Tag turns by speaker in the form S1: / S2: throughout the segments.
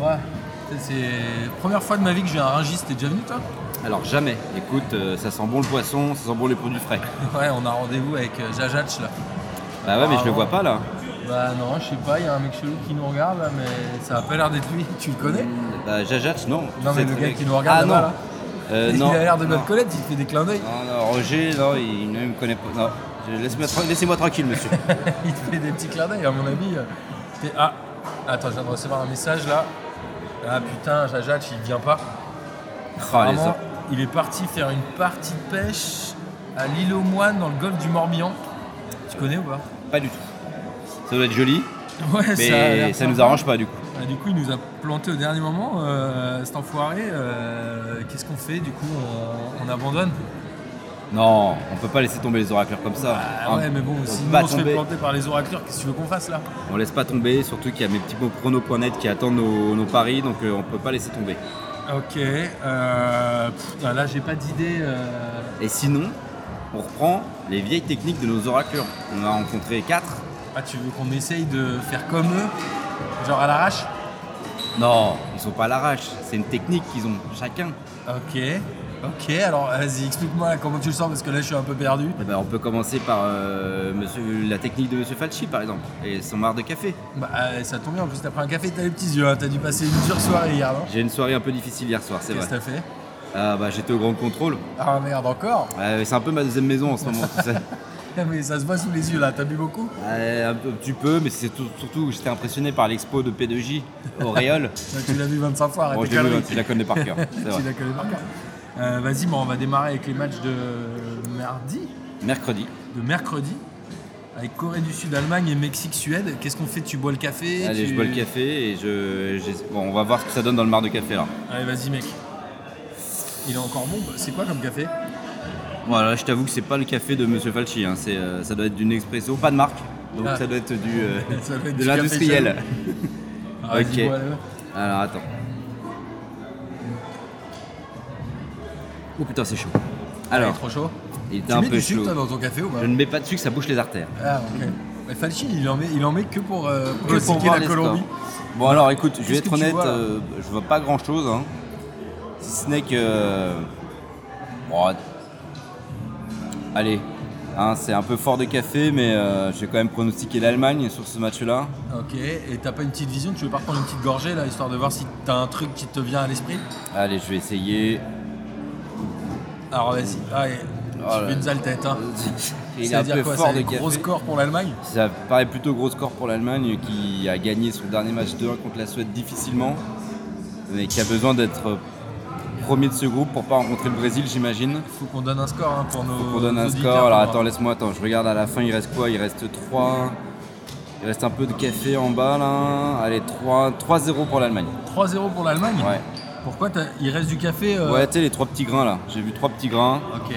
S1: Ouais. C'est- C'est première fois de ma vie que j'ai un ringis, t'es déjà venu toi
S2: Alors jamais. Écoute, euh, ça sent bon le poisson, ça sent bon les produits frais.
S1: Ouais, on a rendez-vous avec euh, Jajach là.
S2: Bah ouais, mais je le
S1: Apparemment.
S2: vois pas là.
S1: Bah non, je sais pas, il y a un mec chelou qui nous regarde là, mais ça a pas l'air d'être lui. Tu le connais
S2: Bah Jajach,
S1: Non,
S2: non. Tu
S1: mais
S2: sais
S1: le
S2: très
S1: gars
S2: bien.
S1: qui nous regarde
S2: ah,
S1: là-bas,
S2: non.
S1: là.
S2: Euh,
S1: il
S2: non.
S1: a l'air de
S2: non.
S1: notre collègue, il te fait des clins d'œil.
S2: Non, non, Roger, non, il ne me connaît pas. Non, Je- laisse-moi tra- laissez-moi tranquille, monsieur. Ah,
S1: il te fait des petits clins d'œil, à mon avis. euh, t'es- Ah, attends, je viens de recevoir un message là. Ah putain, Jajach, il vient pas.
S2: Oh, les
S1: Apparemment,
S2: hommes.
S1: il est parti faire une partie de pêche à l'île aux moines dans le golfe du Morbihan. Tu connais ou pas
S2: Pas du tout. Ça doit être joli,
S1: Ouais,
S2: mais ça, nous arrange pas du coup.
S1: Ah, du coup, il nous a planté au dernier moment, euh, cet enfoiré. euh, Qu'est-ce qu'on fait Du coup, on, on abandonne
S2: Non, on peut pas laisser tomber les oracleurs comme ça.
S1: Ah
S2: Hein,
S1: ouais, mais bon,
S2: on
S1: si
S2: peut
S1: nous
S2: pas
S1: on se fait
S2: tomber.
S1: planter par les oracleurs, qu'est-ce que tu veux qu'on fasse là
S2: On laisse pas tomber, surtout qu'il y a mes petits mots chrono.net qui attendent nos, nos paris, donc euh, on peut pas laisser tomber.
S1: Ok, euh, putain, là j'ai pas d'idée. euh,
S2: Et sinon, on reprend les vieilles techniques de nos oracleurs. On en a rencontré quatre.
S1: Ah, tu veux qu'on essaye de faire comme eux Genre à l'arrache
S2: Non, ils sont pas à l'arrache, c'est une technique qu'ils ont chacun.
S1: Ok, ok, alors vas-y, explique-moi là, comment tu le sens parce que là je suis un peu perdu.
S2: Eh ben, on peut commencer par euh, monsieur, la technique de Monsieur Falchi par exemple, et son marre de café.
S1: Bah, euh, ça tombe bien, en plus t'as pris un café, t'as les petits yeux, hein, t'as dû passer une dure soirée hier, non
S2: J'ai une soirée un peu difficile hier soir, c'est
S1: Qu'est-ce que
S2: vrai.
S1: t'as fait
S2: Ah bah j'étais au grand contrôle.
S1: Ah merde, encore
S2: Ouais, c'est un peu ma deuxième maison en ce moment, tu sais.
S1: Mais ça se voit sous les yeux là, t'as bu beaucoup
S2: Ouais, un peu- petit peu, mais c'est tout- surtout que j'étais impressionné par l'expo de P2J au Réol.
S1: Ouais, Tu l'as vu 25 fois, arrête
S2: Bon,
S1: Ah, tes
S2: je l'ai vu,
S1: conneries.
S2: tu la connais par cœur. c'est
S1: Tu
S2: vrai.
S1: l'as connu par cœur. Euh, Vas-y, bon, on va démarrer avec les matchs de mardi,
S2: Mercredi.
S1: de mercredi, avec Corée du Sud, Allemagne et Mexique-Suède. Qu'est-ce qu'on fait Tu bois le café
S2: Allez,
S1: tu-
S2: je bois le café et je. j'ai- Bon, on va voir ce que ça donne dans le marre de café là.
S1: Allez, vas-y, mec. Il est encore bon, bah, c'est quoi comme café
S2: Voilà, je t'avoue que c'est pas le café de Monsieur Falchi, hein, c'est, euh, ça doit être d'une expresso, pas de marque, donc
S1: Ah.
S2: ça doit être du, euh,
S1: Ça doit être
S2: de
S1: du café
S2: l'industriel.
S1: chelou. Ah, vas-y,
S2: Ok.
S1: bois, allez, ouais.
S2: Alors attends. Oh putain, c'est chaud.
S1: Alors,
S2: Alors,
S1: trop chaud.
S2: il était
S1: Tu
S2: un
S1: mets
S2: peu
S1: du sucre
S2: chaud.
S1: toi, dans ton café ou pas
S2: Je ne mets pas de sucre, ça bouche les artères.
S1: Ah ok. Mais Falchi, il en met, il en met que pour euh,
S2: Que
S1: provoquer
S2: pour voir
S1: la
S2: les
S1: Colombie.
S2: scores. Bon alors écoute, je vais
S1: Qu'est-ce
S2: être
S1: que tu
S2: honnête,
S1: vois, là
S2: euh, je vois pas grand chose. Si ce n'est que. euh, bon, euh, allez, hein, c'est un peu fort de café, mais euh, je vais quand même pronostiquer l'Allemagne sur ce match-là.
S1: Ok. Et t'as pas une petite vision Tu veux pas prendre une petite gorgée là, histoire de voir si t'as un truc qui te vient à l'esprit
S2: Allez, je vais essayer.
S1: Alors vas-y. Allez.
S2: Oh
S1: tu
S2: là
S1: fais une
S2: là.
S1: sale tête. Hein.
S2: Il est un
S1: C'est-à-dire
S2: peu
S1: quoi
S2: fort de
S1: C'est un gros
S2: café.
S1: score pour l'Allemagne
S2: Ça paraît plutôt gros score pour l'Allemagne qui a gagné son dernier match 2-1 contre la Suède difficilement, mais qui a besoin d'être premier de ce groupe pour pas rencontrer le Brésil, j'imagine.
S1: Faut qu'on donne un score hein, pour nos.
S2: On donne un
S1: auditeurs,
S2: score. Alors
S1: pour-
S2: attends, laisse-moi, attends, je regarde à la fin, il reste quoi Il reste 3. Il reste un peu de café en bas là. Allez, 3, 3-0 pour l'Allemagne.
S1: 3-0 pour l'Allemagne.
S2: Ouais.
S1: Pourquoi t'as- il reste du café euh,
S2: Ouais, tu sais, les trois petits grains là. J'ai vu trois petits grains.
S1: Ok.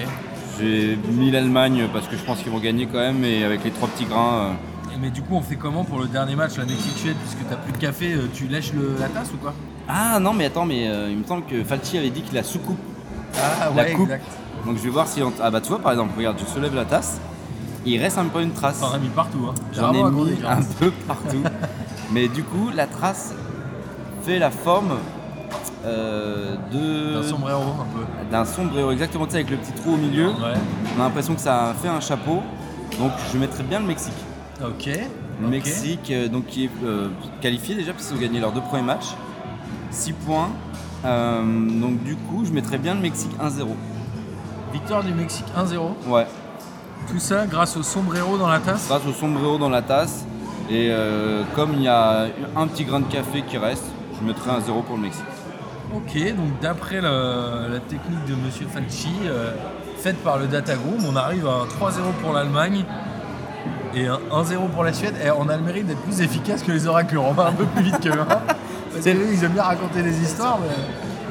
S2: J'ai mis l'Allemagne parce que je pense qu'ils vont gagner quand même. Et avec les trois petits grains, euh,
S1: Mais du coup, on fait comment pour le dernier match, la Mexique-Suède, puisque t'as plus de café, euh, tu lèches le- la tasse ou quoi
S2: Ah non, mais attends, mais euh, il me semble que Falchi avait dit qu'il la soucoupe.
S1: Ah
S2: la coupe. Donc je vais voir si on. Ah bah tu vois par exemple, regarde, je soulève la tasse. Il reste un peu une trace.
S1: T'en as mis partout. Hein.
S2: J'en ai
S1: Vraiment un gros
S2: mis
S1: délire.
S2: un peu partout. Mais du coup, la trace fait la forme euh, de
S1: Un sombrero un peu.
S2: d'un sombrero exactement tu sais, avec le petit trou au milieu.
S1: Ouais.
S2: On a l'impression que ça fait un chapeau. Donc je mettrais bien le Mexique.
S1: Ok.
S2: Le
S1: ok.
S2: Mexique euh, donc qui est euh, qualifié déjà parce qu'ils ont gagné leurs deux premiers matchs. 6 points. Euh, donc du coup, je mettrais bien le Mexique 1-0.
S1: Victoire du Mexique 1-0.
S2: Ouais.
S1: Tout ça grâce au sombrero dans la tasse.
S2: Grâce au sombrero dans la tasse. Et euh, comme il y a un petit grain de café qui reste, je mettrais un 0 pour le Mexique.
S1: Ok, donc d'après le- la technique de Monsieur Falchi, euh, faite par le Data Room, on arrive à un 3-0 pour l'Allemagne et un 1-0 pour la Suède. Et on a le mérite d'être plus efficace que les oracles. On va un peu plus vite qu'eux. hein. Parce que eux, ils aiment bien raconter des histoires. Mais...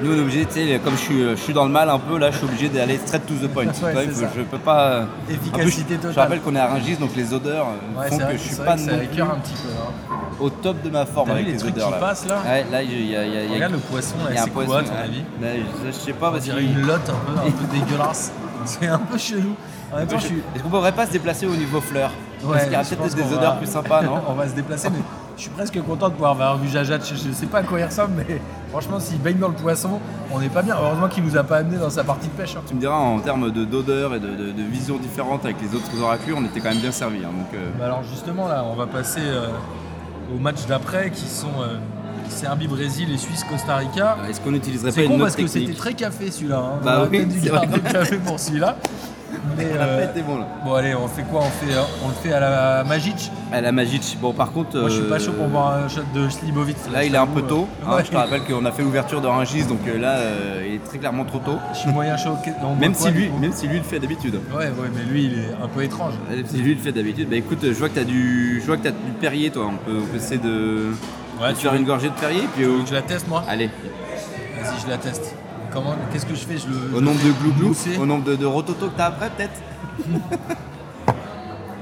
S2: Nous, on est obligé, tu sais, comme je suis, je suis dans le mal un peu, là, je suis obligé d'aller straight to the point. Tu vois,
S1: c'est
S2: il faut-
S1: ça.
S2: je peux pas. euh,
S1: Efficacité
S2: en plus, je-
S1: totale.
S2: Je rappelle qu'on est à Rungis, donc les odeurs euh,
S1: Ouais,
S2: font
S1: c'est vrai
S2: que
S1: que
S2: je
S1: c'est
S2: suis
S1: vrai
S2: pas
S1: que
S2: non
S1: ça
S2: plus
S1: écœure un petit peu. hein.
S2: au top de ma forme
S1: T'as vu
S2: avec
S1: les trucs qui
S2: odeurs. là.
S1: passent, là
S2: Ouais, là, il y a, il y a- il y a-
S1: Regarde le poisson, là,
S2: il y a un
S1: c'est quoi, à
S2: poisson,
S1: ton
S2: ouais.
S1: avis
S2: Là, je, je sais pas,
S1: On
S2: parce
S1: dirait
S2: qu'il-
S1: une lotte un peu, un peu dégueulasse. C'est un peu chelou. En même temps, je suis.
S2: Est-ce qu'on pourrait pas se déplacer au niveau fleurs Parce qu'il y a
S1: je pense
S2: peut-être des
S1: qu'on
S2: odeurs
S1: va-
S2: plus sympas, non
S1: On va se déplacer, mais Je suis presque content de pouvoir avoir vu Jajat. Je, je sais pas à quoi il ressemble, mais franchement, s'il baigne dans le poisson, on n'est pas bien. Heureusement qu'il nous a pas amené dans sa partie de pêche. hein.
S2: Tu me diras, en termes de- d'odeur et de, de, de vision différente avec les autres oracles, on était quand même bien servi. hein, donc, euh,
S1: Bah alors justement là, on va passer euh, au match d'après qui sont euh, Serbie-Brésil et Suisse-Costa Rica.
S2: est-ce qu'on n'utiliserait pas
S1: C'est
S2: une
S1: con
S2: autre
S1: parce que
S2: technique
S1: c'était très café celui-là. hein.
S2: Bah
S1: on aurait
S2: oui,
S1: peut-être dû
S2: c'est
S1: garder
S2: vrai.
S1: le café pour celui-là. Mais
S2: Elle a
S1: euh,
S2: pas été bon là.
S1: bon allez, on fait quoi on, fait, euh, on le fait à la Magic.
S2: À la Magic. Bon, par contre.
S1: Moi je suis pas
S2: euh,
S1: chaud pour voir un shot de Slibovic.
S2: Là,
S1: je
S2: il est un
S1: t'avoue,
S2: peu tôt.
S1: euh,
S2: hein,
S1: ouais,
S2: Je te rappelle qu'on a fait l'ouverture de Rungis, donc euh, là, euh, il est très clairement trop tôt.
S1: je suis moyen chaud. Ok, on
S2: Même
S1: boit
S2: si
S1: quoi,
S2: lui,
S1: du coup
S2: même si lui le fait d'habitude.
S1: Ouais, ouais, mais lui il est un peu étrange.
S2: Même si lui le fait d'habitude. Bah écoute, je vois que t'as du, je vois que t'as du Perrier, toi. On peut, on peut essayer de.
S1: Ouais,
S2: de
S1: tu
S2: faire
S1: veux-
S2: une gorgée de Perrier,
S1: Tu
S2: puis. euh,
S1: veux que je la teste moi
S2: Allez.
S1: Vas-y, je la teste. Comment Qu'est-ce que je fais Je le.
S2: Au nombre de glouglou,
S1: Moussé.
S2: au nombre de, de rototo que t'as après, peut-être.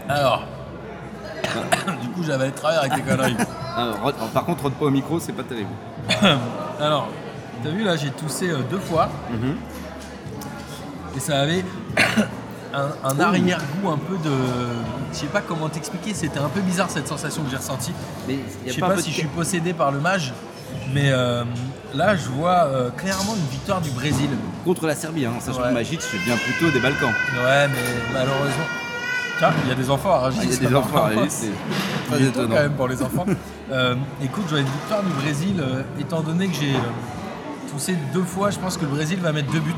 S1: Alors. du coup, j'avais le travers avec tes conneries.
S2: Ah, rot- alors, par contre, rote pas au micro, c'est pas terrible.
S1: Alors, t'as vu là, j'ai toussé euh, deux fois. Et ça avait un,
S2: Oh.
S1: un arrière-goût un peu de. Je sais pas comment t'expliquer, c'était un peu bizarre cette sensation que j'ai ressentie.
S2: Mais y
S1: Je
S2: a
S1: sais
S2: pas un
S1: pas
S2: peu
S1: si
S2: de-
S1: je suis possédé par le mage, mais euh, là, je vois euh, clairement une victoire du Brésil.
S2: contre la Serbie, hein, sachant
S1: Ouais.
S2: que Magic vient plutôt des Balkans.
S1: Ouais, mais malheureusement. Tiens, il y a des enfants à Rungis.
S2: Ah, Il y a des enfants, à la liste, c'est
S1: Il
S2: très
S1: est tôt
S2: étonnant.
S1: quand même pour les enfants. Euh, écoute, j'aurais une victoire du Brésil, euh, étant donné que j'ai euh, toussé deux fois, je pense que le Brésil va mettre deux buts.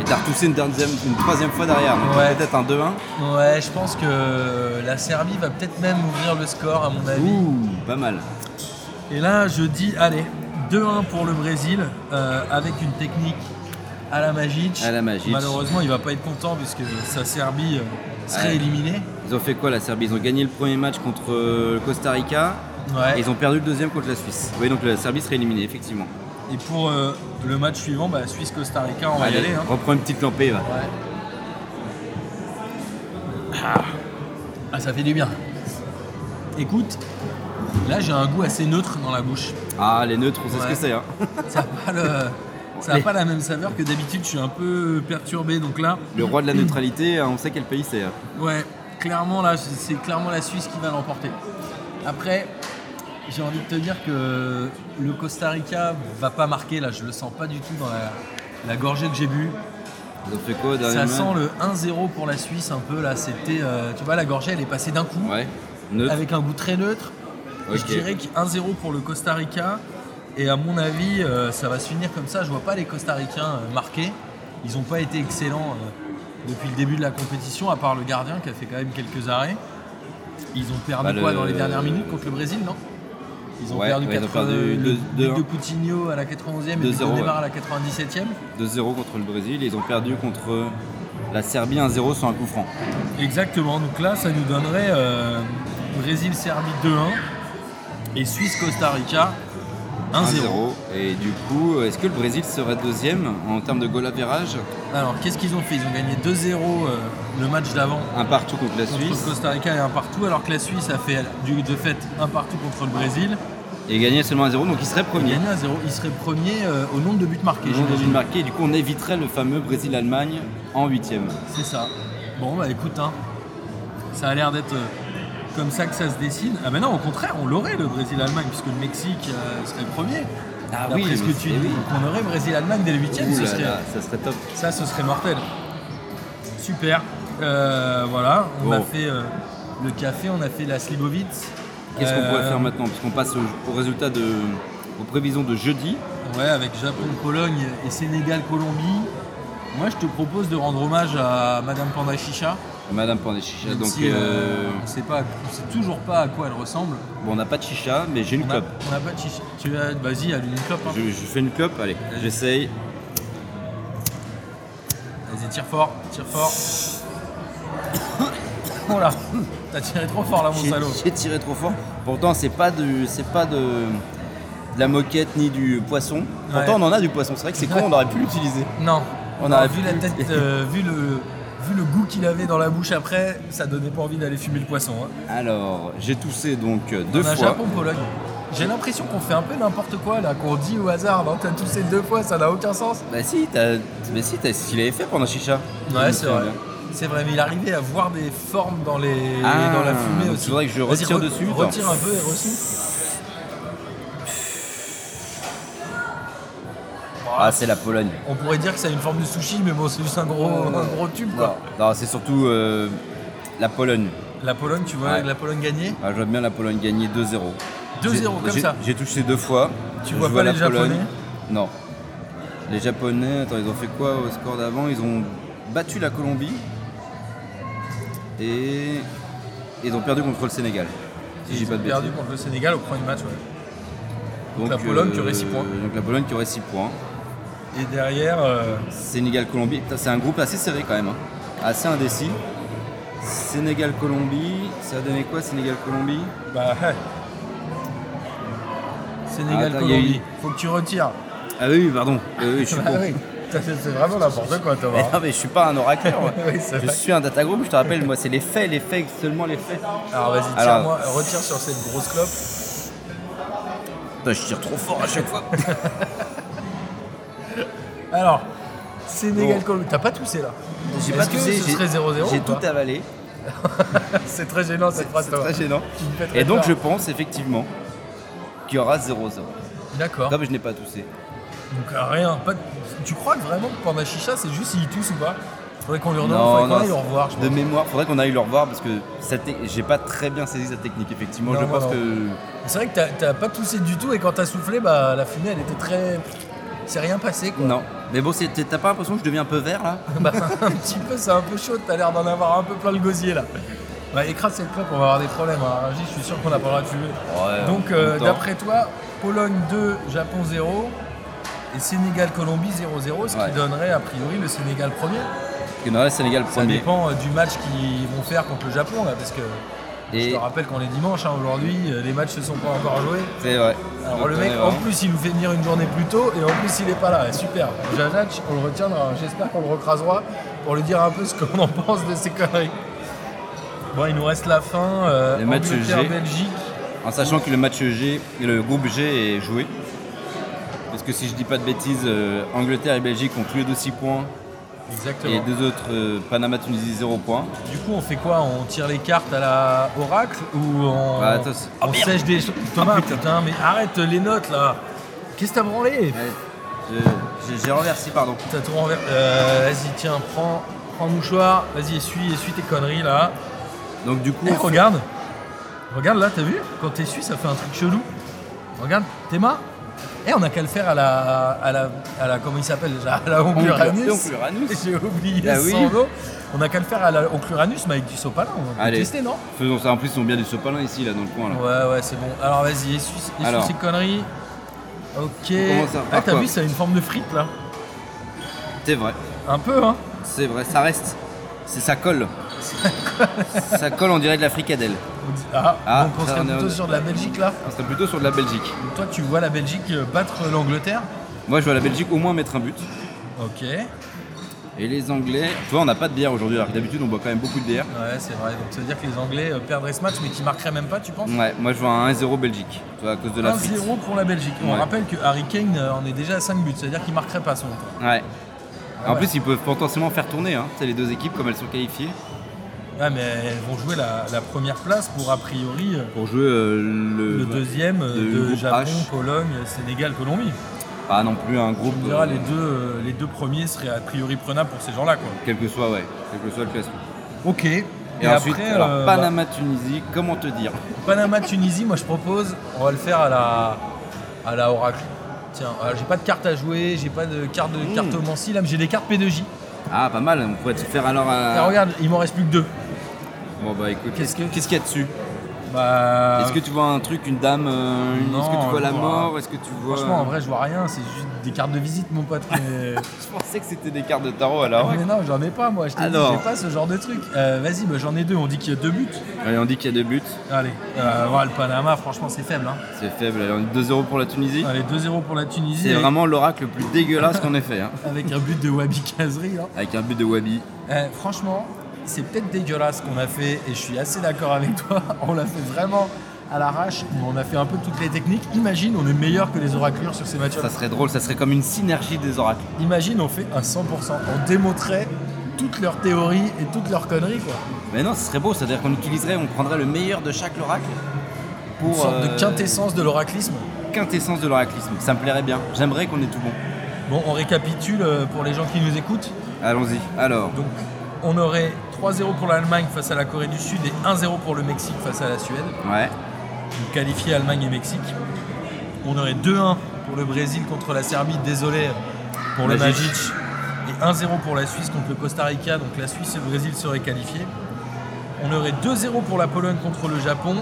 S2: Et t'as retoussé une, deuxième- une troisième fois derrière, donc
S1: Ouais.
S2: peut-être un 2-1.
S1: Ouais, je pense que la Serbie va peut-être même ouvrir le score, à mon avis.
S2: Ouh, pas mal.
S1: Et là, je dis, allez, 2-1 pour le Brésil, euh, avec une technique à la Magic.
S2: À la Magic.
S1: Malheureusement, il va pas être content, puisque sa Serbie euh, serait
S2: Ouais.
S1: éliminée.
S2: Ils ont fait quoi la Serbie Ils ont gagné le premier match contre euh, le Costa Rica
S1: Ouais.
S2: et ils ont perdu le deuxième contre la Suisse. Oui, donc la Serbie serait éliminée, effectivement.
S1: Et pour euh, le match suivant, bah, Suisse-Costa Rica, on va y aller. hein.
S2: reprends une petite lampée. va.
S1: Ouais. Ah. Ah, ça fait du bien. Écoute, là j'ai un goût assez neutre dans la bouche.
S2: Ah, les neutres, on sait ce
S1: Ouais.
S2: que c'est. hein.
S1: Ça n'a pas, le- ça a
S2: Les-
S1: pas la même saveur que d'habitude, je suis un peu perturbé. Donc là,
S2: Le roi de la neutralité, hein, on sait quel pays c'est. hein.
S1: ouais, clairement, là c'est clairement la Suisse qui va l'emporter. Après, j'ai envie de te dire que le Costa Rica va pas marquer, là je le sens pas du tout dans la, la gorgée que j'ai bu.
S2: Ils ont fait quoi au dernier
S1: Ça
S2: match
S1: sent le 1-0 pour la Suisse un peu là, c'était, euh, tu vois, la gorgée elle est passée d'un coup.
S2: Ouais, neutre.
S1: avec un goût très neutre. Et Je
S2: Ok.
S1: dirais que 1-0 pour le Costa Rica. Et à mon avis, euh, ça va se finir comme ça. Je vois pas les Costaricains euh, marquer. Ils n'ont pas été excellents euh, depuis le début de la compétition, à part le gardien qui a fait quand même quelques arrêts. Ils ont perdu
S2: Bah, le-
S1: quoi dans les dernières minutes contre le Brésil, non Ils ont
S2: Ouais,
S1: perdu,
S2: ouais, ils ont
S1: 80
S2: perdu
S1: le
S2: deux-
S1: but
S2: deux-
S1: de Coutinho à la 91e et le but
S2: 2-0,
S1: de Neymar
S2: ouais.
S1: à la 97e.
S2: 2-0 contre le Brésil et ils ont perdu contre la Serbie 1-0 sur un coup franc.
S1: Exactement, donc là ça nous donnerait euh, Brésil-Serbie 2-1 et Suisse-Costa Rica 1-0.
S2: 1-0. Et du coup, est-ce que le Brésil serait deuxième en termes de goal average
S1: Alors qu'est-ce qu'ils ont fait Ils ont gagné 2-0 euh, le match d'avant
S2: Un partout contre la
S1: contre
S2: Suisse
S1: Costa Rica et un partout, alors que la Suisse a fait du, de fait un partout contre le Brésil.
S2: et gagné seulement 1-0, donc il serait
S1: Ils
S2: premier.
S1: gagnaient à 0. Ils seraient premiers euh, au nombre de buts marqués.
S2: Ils ont
S1: j'imagine.
S2: deuxième marqué, et du coup, on éviterait le fameux Brésil-Allemagne en huitième.
S1: C'est ça. Bon bah écoute, hein, ça a l'air d'être euh, comme ça que ça se dessine. Ah ben non, au contraire, on l'aurait le Brésil-Allemagne, puisque le Mexique euh, serait premier.
S2: Ah
S1: D'après
S2: oui,
S1: ce que
S2: mais
S1: tu
S2: c'est-
S1: dis,
S2: oui.
S1: on aurait Brésil-Allemagne dès le 8
S2: Ouh
S1: ce
S2: là
S1: serait-
S2: là, ça serait top.
S1: Ça, ce serait mortel. Super. Euh, voilà, on
S2: Bon.
S1: a fait euh, le café, on a fait la Slibovitz.
S2: Qu'est-ce qu'on
S1: Euh,
S2: pourrait faire maintenant Puisqu'on passe au, au résultat de, aux prévisions de jeudi.
S1: Euh, Ouais, avec Japon, Pologne et Sénégal, Colombie. Moi, je te propose de rendre hommage à Madame Panda Chicha.
S2: Madame prend des chichas,
S1: même
S2: donc
S1: si,
S2: euh,
S1: euh, on sait pas, on sait toujours pas à quoi elle ressemble.
S2: bon, on n'a pas de chicha, mais j'ai une
S1: On n'a
S2: clope.
S1: pas de chicha. Tu as, vas-y, allume une clope. hein.
S2: Je, je fais une clope, allez, j'essaye.
S1: Vas-y, tire fort, tire fort. oh là, t'as tiré trop fort là, mon
S2: J'ai-
S1: salaud.
S2: J'ai tiré trop fort. Pourtant, c'est pas du, c'est pas de, de la moquette ni du poisson. Pourtant,
S1: Ouais.
S2: on en a du poisson. C'est vrai que c'est con, on aurait pu l'utiliser.
S1: Non.
S2: On
S1: Non,
S2: aurait
S1: vu
S2: pu-
S1: la tête, euh, vu le vu le goût qu'il avait dans la bouche après, ça donnait pas envie d'aller fumer le poisson. hein.
S2: Alors, j'ai toussé donc euh, deux
S1: On a
S2: fois.
S1: Japon Pologne. J'ai l'impression qu'on fait un peu n'importe quoi là, qu'on dit au hasard. Non, t'as toussé deux fois, ça n'a aucun sens.
S2: Bah si, t'as, mais si, t'as, ce qu'il avait fait pendant chicha. Je me
S1: Ouais, c'est
S2: souviens
S1: vrai.
S2: bien.
S1: C'est vrai, mais il arrivait à voir des formes dans les
S2: Ah,
S1: dans la fumée
S2: donc
S1: aussi.
S2: faudrait que je
S1: Vas-y,
S2: retire
S1: re-
S2: dessus, attends.
S1: Retire un peu et reçu.
S2: Ah, c'est la Pologne.
S1: On pourrait dire que c'est une forme de sushi, mais bon, c'est juste un gros, un gros tube,
S2: Oh. Non,
S1: quoi.
S2: non, c'est surtout euh, la Pologne.
S1: La Pologne, tu vois,
S2: Ouais.
S1: la Pologne gagnée
S2: Ah, je vois bien la Pologne gagner 2-0.
S1: 2-0,
S2: J'ai-
S1: comme
S2: j'ai-
S1: ça.
S2: J'ai touché deux fois.
S1: Tu
S2: Je
S1: vois pas les Japonais
S2: Non. Les Japonais, attends, ils ont fait quoi au score d'avant Ils ont battu la Colombie et ils ont perdu contre le Sénégal. Si j'ai
S1: Ils
S2: pas
S1: ont
S2: de
S1: perdu
S2: bêtises.
S1: contre le Sénégal au premier match, ouais. la
S2: Donc, euh,
S1: Pologne qui aurait six points.
S2: Donc la Pologne qui aurait 6 points.
S1: Et derrière, euh,
S2: Sénégal-Colombie, Putain, c'est un groupe assez serré quand même, hein. assez indécis. Sénégal-Colombie, ça a donné quoi Sénégal-Colombie
S1: bah. ouais. Sénégal,
S2: Ah, Attends, il y a eu-
S1: Colombie. Faut que tu retires.
S2: Ah oui, pardon, Euh, oui, je suis
S1: Bah
S2: con.
S1: oui. Ça, C'est c'est vraiment n'importe quoi,
S2: Mais
S1: Thomas.
S2: non, mais je suis pas un oracle. moi.
S1: Oui, c'est
S2: je
S1: vrai.
S2: suis un data group, je te rappelle, moi c'est les faits, les faits, seulement les faits.
S1: Alors vas-y,
S2: Alors-
S1: tire-moi, retire sur cette grosse clope.
S2: Putain, je tire trop fort à chaque fois.
S1: Alors, Sénégal,
S2: Bon.
S1: Colombie. T'as pas toussé là
S2: J'ai
S1: Est-ce
S2: pas
S1: que
S2: toussé,
S1: ce
S2: j'ai-
S1: serait 0-0
S2: J'ai
S1: ou pas
S2: tout avalé.
S1: C'est très gênant cette phrase,
S2: C'est
S1: Thomas.
S2: très gênant.
S1: Tu me fais très
S2: Et donc
S1: peur.
S2: je pense effectivement qu'il y aura 0-0.
S1: D'accord.
S2: Non, mais je n'ai pas toussé.
S1: Donc euh, rien. Pas de- Tu crois que vraiment que Panda Chicha, c'est juste s'il tousse ou pas Faudrait qu'on lui redonne,
S2: Non,
S1: faudrait qu'on
S2: non,
S1: aille le revoir, je
S2: De
S1: pense.
S2: mémoire, faudrait qu'on aille le revoir parce que sa te- j'ai pas très bien saisi sa technique. Effectivement,
S1: Non,
S2: je
S1: moi
S2: pense
S1: non.
S2: que.
S1: C'est vrai que t'as- t'as pas toussé du tout et quand t'as soufflé, bah la fumée elle était très. C'est rien passé quoi.
S2: Non. Mais bon, c'est- t'as pas l'impression que je deviens un peu vert là
S1: Bah, un petit peu, c'est un peu chaud, t'as l'air d'en avoir un peu plein le gosier là. Bah écrase cette clope, on va avoir des problèmes. hein. Régis, je suis sûr qu'on n'a pas le droit de fumer.
S2: Ouais,
S1: Donc
S2: en
S1: euh,
S2: même temps.
S1: d'après toi, Pologne 2, Japon 0 et Sénégal-Colombie 0-0, ce
S2: Ouais.
S1: qui donnerait a priori le Sénégal premier.
S2: Parce que non, là, Sénégal
S1: Ça
S2: premier.
S1: dépend euh, du match qu'ils vont faire contre le Japon là, parce que je
S2: Et
S1: te rappelle qu'on est dimanche hein, aujourd'hui, euh, les matchs se sont pas encore joués.
S2: c'est vrai.
S1: Alors
S2: Donc,
S1: le
S2: on
S1: mec,
S2: est
S1: en
S2: vraiment-
S1: plus, il nous fait venir une journée plus tôt et en plus, il est pas là. Super. Janac, on le retiendra. hein. J'espère qu'on le recrasera pour lui dire un peu ce qu'on en pense de ces conneries. Bon, il nous reste la fin. Euh,
S2: Le match
S1: Angleterre,
S2: G.
S1: Belgique.
S2: En sachant que le match G, le groupe G est joué. Parce que si je dis pas de bêtises, euh, Angleterre et Belgique ont tous les deux 6 points.
S1: Exactement.
S2: Et deux autres, euh, Panama, Tunisie 0 points.
S1: Du coup, on fait quoi On tire les cartes à la Oracle ou on,
S2: Ah, attends, c'est-
S1: on
S2: Oh, merde.
S1: sèche des choses Thomas,
S2: Ah,
S1: putain.
S2: putain.
S1: mais arrête les notes là. Qu'est-ce que t'as branlé
S2: Je- je- J'ai renversé, pardon.
S1: T'as tout renversé. Euh, vas-y, tiens, prends, prends le mouchoir. Vas-y, essuie, essuie tes conneries là.
S2: Donc du coup,
S1: Eh, regarde Regarde là, t'as vu Quand t'es su, ça fait un truc chelou. Regarde, Théma Eh, on a qu'à le faire à la. à la. à la. comment il s'appelle déjà À la
S2: on
S1: Oncluranus.
S2: Uranus.
S1: J'ai oublié
S2: Ah oui.
S1: son nom. On a qu'à le faire à la Oncluranus, mais avec du sopalin. On va
S2: Allez.
S1: tester, non
S2: Faisons ça. En plus, ils sont bien du sopalin ici, là, dans le coin. Là.
S1: Ouais, ouais, c'est bon. Alors vas-y, essuie, essuie
S2: Alors.
S1: ces conneries. Ok.
S2: On commence par
S1: Ah, t'as
S2: quoi
S1: vu, ça a une forme de frite là.
S2: C'est vrai.
S1: Un peu, hein
S2: C'est vrai, ça reste. C'est ça colle. ça colle, on dirait de la fricadelle.
S1: On dit- Ah,
S2: Ah,
S1: donc on
S2: ça,
S1: serait
S2: on est-
S1: plutôt sur de la Belgique là.
S2: On serait plutôt sur de la Belgique.
S1: Donc, toi, tu vois la Belgique euh, battre l'Angleterre.
S2: Moi, je vois la Belgique au moins mettre un but.
S1: Ok. Ouais,
S2: Et les Anglais. Tu vois, on n'a pas de bière aujourd'hui, alors que d'habitude, on boit quand même beaucoup de bière.
S1: c'est vrai. Donc ça veut dire que les Anglais euh, perdraient ce match, mais qui marqueraient même pas, tu penses
S2: Ouais, moi, je vois un 1-0 Belgique. Tu vois, à cause de la frite.
S1: 1-0 pour la Belgique. On
S2: Ouais.
S1: rappelle que Harry Kane euh, en est déjà à 5 buts, c'est-à-dire qu'il marquerait pas son tour.
S2: Ouais. En
S1: ouais.
S2: plus, ils peuvent potentiellement faire tourner, hein. C'est les deux équipes, comme elles sont qualifiées.
S1: Ouais, mais elles vont jouer la, la première place pour a priori euh,
S2: Pour jouer euh, le.
S1: le deuxième euh,
S2: de
S1: de
S2: groupe
S1: Japon,
S2: H.
S1: Pologne, Sénégal, Colombie.
S2: Pas non plus un
S1: Tu
S2: groupe.
S1: me diras,
S2: euh,
S1: les deux, euh, les deux premiers seraient a priori prenables pour ces gens-là. quoi.
S2: Quel que soit, ouais. Quel que soit le classement.
S1: Ok. Et,
S2: Et, ensuite,
S1: après,
S2: alors,
S1: euh, bah,
S2: Panama, Tunisie, comment te dire
S1: Panama, Tunisie, moi je propose, on va le faire à la, à la Oracle. Tiens, euh, j'ai pas de carte à jouer, j'ai pas de carte de
S2: Mmh.
S1: cartomancie là, mais j'ai des cartes P2J.
S2: Ah, pas mal, on pourrait te faire alors un.
S1: Ah, regarde, il m'en reste plus que deux.
S2: Bon, bah écoute,
S1: Qu'est-ce
S2: qu'est-ce
S1: que-
S2: qu'il y a dessus
S1: Bah,
S2: Est-ce que tu vois un truc, une dame euh, une-
S1: Non,
S2: Est-ce que tu vois
S1: je
S2: la
S1: vois-
S2: mort Est-ce que tu vois. euh,
S1: franchement, en vrai, je vois rien, c'est juste des cartes de visite, mon pote. Mais,
S2: je pensais que c'était des cartes de tarot alors.
S1: mais non, j'en ai pas, moi, je t'ai dit,
S2: Ah Alors.
S1: j'ai pas ce genre de truc. Euh, Vas-y, bah, j'en ai deux, on dit qu'il y a deux buts.
S2: Allez, on dit qu'il y a deux buts.
S1: Allez, euh, ouais, le Panama, franchement, c'est faible. Hein.
S2: C'est faible. Allez, on dit 2-0 pour la Tunisie.
S1: Allez, 2-0 pour la Tunisie. euh,
S2: C'est
S1: avec-
S2: vraiment l'oracle le plus dégueulasse qu'on ait fait. hein.
S1: Avec un but de Wabi Kazri. hein.
S2: Avec un but de Wabi.
S1: Eh, franchement, c'est peut-être dégueulasse ce qu'on a fait et je suis assez d'accord avec toi. On l'a fait vraiment à l'arrache, mais on a fait un peu toutes les techniques. Imagine, on est meilleur que les oraclures sur ces matchs-là.
S2: Ça serait drôle, ça serait comme une synergie des oracles.
S1: Imagine, on fait un 100%. On démontrait toutes leurs théories et toutes leurs conneries, quoi.
S2: Mais non, ce serait beau, c'est-à-dire qu'on utiliserait, on prendrait le meilleur de chaque oracle pour.
S1: Une sorte
S2: euh,
S1: de quintessence de l'oraclisme.
S2: quintessence de l'oraclisme. Ça me plairait bien. J'aimerais qu'on ait tout bon.
S1: Bon, on récapitule euh, pour les gens qui nous écoutent.
S2: Allons-y. Alors,
S1: Donc, on aurait 3-0 pour l'Allemagne face à la Corée du Sud et 1-0 pour le Mexique face à la Suède.
S2: ouais,
S1: Donc, qualifié Allemagne et Mexique. On aurait 2-1 pour le Brésil contre la Serbie, désolé pour le
S2: Magic.
S1: Magic. Et 1-0 pour la Suisse contre le Costa Rica, donc la Suisse et le Brésil seraient qualifiés. On aurait 2-0 pour la Pologne contre le Japon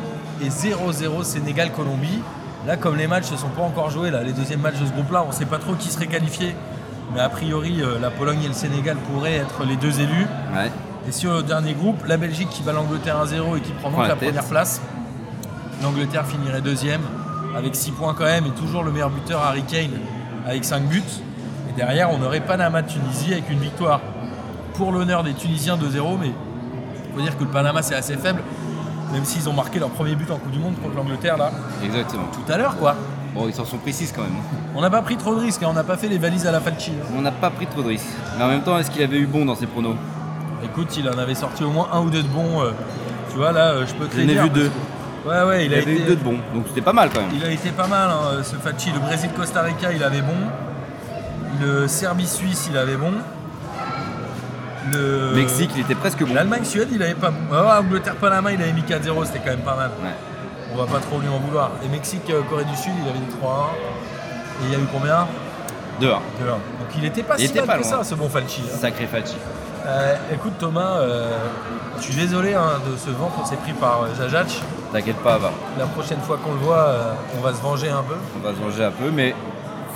S1: et 0-0 Sénégal-Colombie. Là, comme les matchs ne sont pas encore joués, là, les deuxièmes matchs de ce groupe-là, on ne sait pas trop qui serait qualifié. Mais a priori, euh, la Pologne et le Sénégal pourraient être les deux élus.
S2: ouais.
S1: Et sur le dernier groupe, la Belgique qui bat l'Angleterre 1-0 et qui prend donc
S2: Prend
S1: la,
S2: la tête.
S1: première place. L'Angleterre finirait deuxième avec 6 points quand même et toujours le meilleur buteur Harry Kane avec 5 buts. Et derrière, on aurait Panama-Tunisie avec une victoire pour l'honneur des Tunisiens 2-0. Mais faut dire que le Panama c'est assez faible, même s'ils ont marqué leur premier but en Coupe du Monde contre l'Angleterre là
S2: Exactement.
S1: tout à l'heure quoi.
S2: Bon, ils s'en sont précises quand même.
S1: On n'a pas pris trop de risques, hein, on n'a pas fait les valises à la Falchi. hein.
S2: On n'a pas pris trop de risques. Mais en même temps, est-ce qu'il avait eu bon dans ses pronos
S1: Écoute, il en avait sorti au moins un ou deux de bons. euh, tu vois là, euh, je peux te
S2: J'en
S1: les
S2: ai
S1: dire.
S2: vu deux.
S1: Ouais ouais, il,
S2: Il,
S1: a
S2: avait
S1: été...
S2: eu deux de bons, donc c'était pas mal quand même.
S1: Il a été pas mal hein, ce Fachi. Le Brésil-Costa Rica, il avait bon. Le Serbie-Suisse, il avait bon. Le
S2: Mexique, il était presque bon.
S1: L'Allemagne-Suède, il avait pas bon. Ah, Angleterre-Panama, il avait mis 4-0, c'était quand même pas mal.
S2: Ouais.
S1: On va pas trop lui en vouloir. Et Mexique-Corée du Sud, il avait des 3-1. Et il y a eu combien
S2: Dehors.
S1: 2-1. Donc il était pas
S2: Il
S1: si
S2: était
S1: mal
S2: pas
S1: que
S2: loin.
S1: ça, ce bon Falchi. hein.
S2: Sacré Fachi.
S1: Euh, écoute Thomas, euh, je suis désolé hein, de ce vent qu'on s'est pris par euh, Zajac.
S2: T'inquiète pas, va.
S1: La prochaine fois qu'on le voit, euh, on va se venger un peu.
S2: On va se manger un peu, mais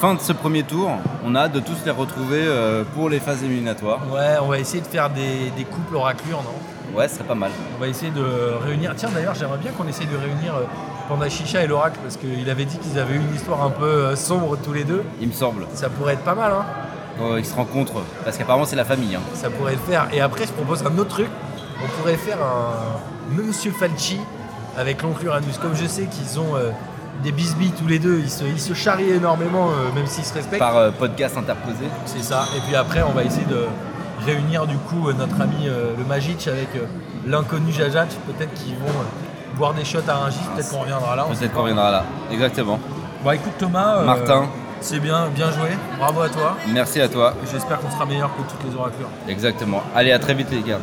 S2: fin de ce premier tour, on a hâte de tous les retrouver euh, pour les phases éliminatoires.
S1: Ouais, on va essayer de faire des, des couples oraclures, non
S2: Ouais, ce serait pas mal.
S1: On va essayer de réunir. Tiens, d'ailleurs, j'aimerais bien qu'on essaye de réunir euh, Panda Chicha et l'oracle parce qu'il avait dit qu'ils avaient eu une histoire un peu euh, sombre tous les deux.
S2: Il me semble.
S1: Ça pourrait être pas mal, hein
S2: Quand ils se rencontrent, parce qu'apparemment c'est la famille. hein.
S1: Ça pourrait le faire. Et après, je propose un autre truc. On pourrait faire un Monsieur Falchi avec l'oncle Uranus. Comme je sais qu'ils ont euh, des bisbilles tous les deux, ils se, ils se charrient énormément, euh, même s'ils se respectent.
S2: Par euh, podcast interposé.
S1: C'est ça. Et puis après, on va essayer de réunir du coup euh, notre ami euh, le Magic avec euh, l'inconnu Jajat. Peut-être qu'ils vont euh, boire des shots à Rungis. Peut-être qu'on reviendra là.
S2: Peut-être qu'on reviendra là. Exactement.
S1: Bon, écoute Thomas. euh,
S2: Martin.
S1: C'est bien, bien joué. Bravo à toi.
S2: Merci à toi.
S1: Et J'espère qu'on sera meilleur que toutes les oraclures.
S2: Exactement. Allez, à très vite les gars.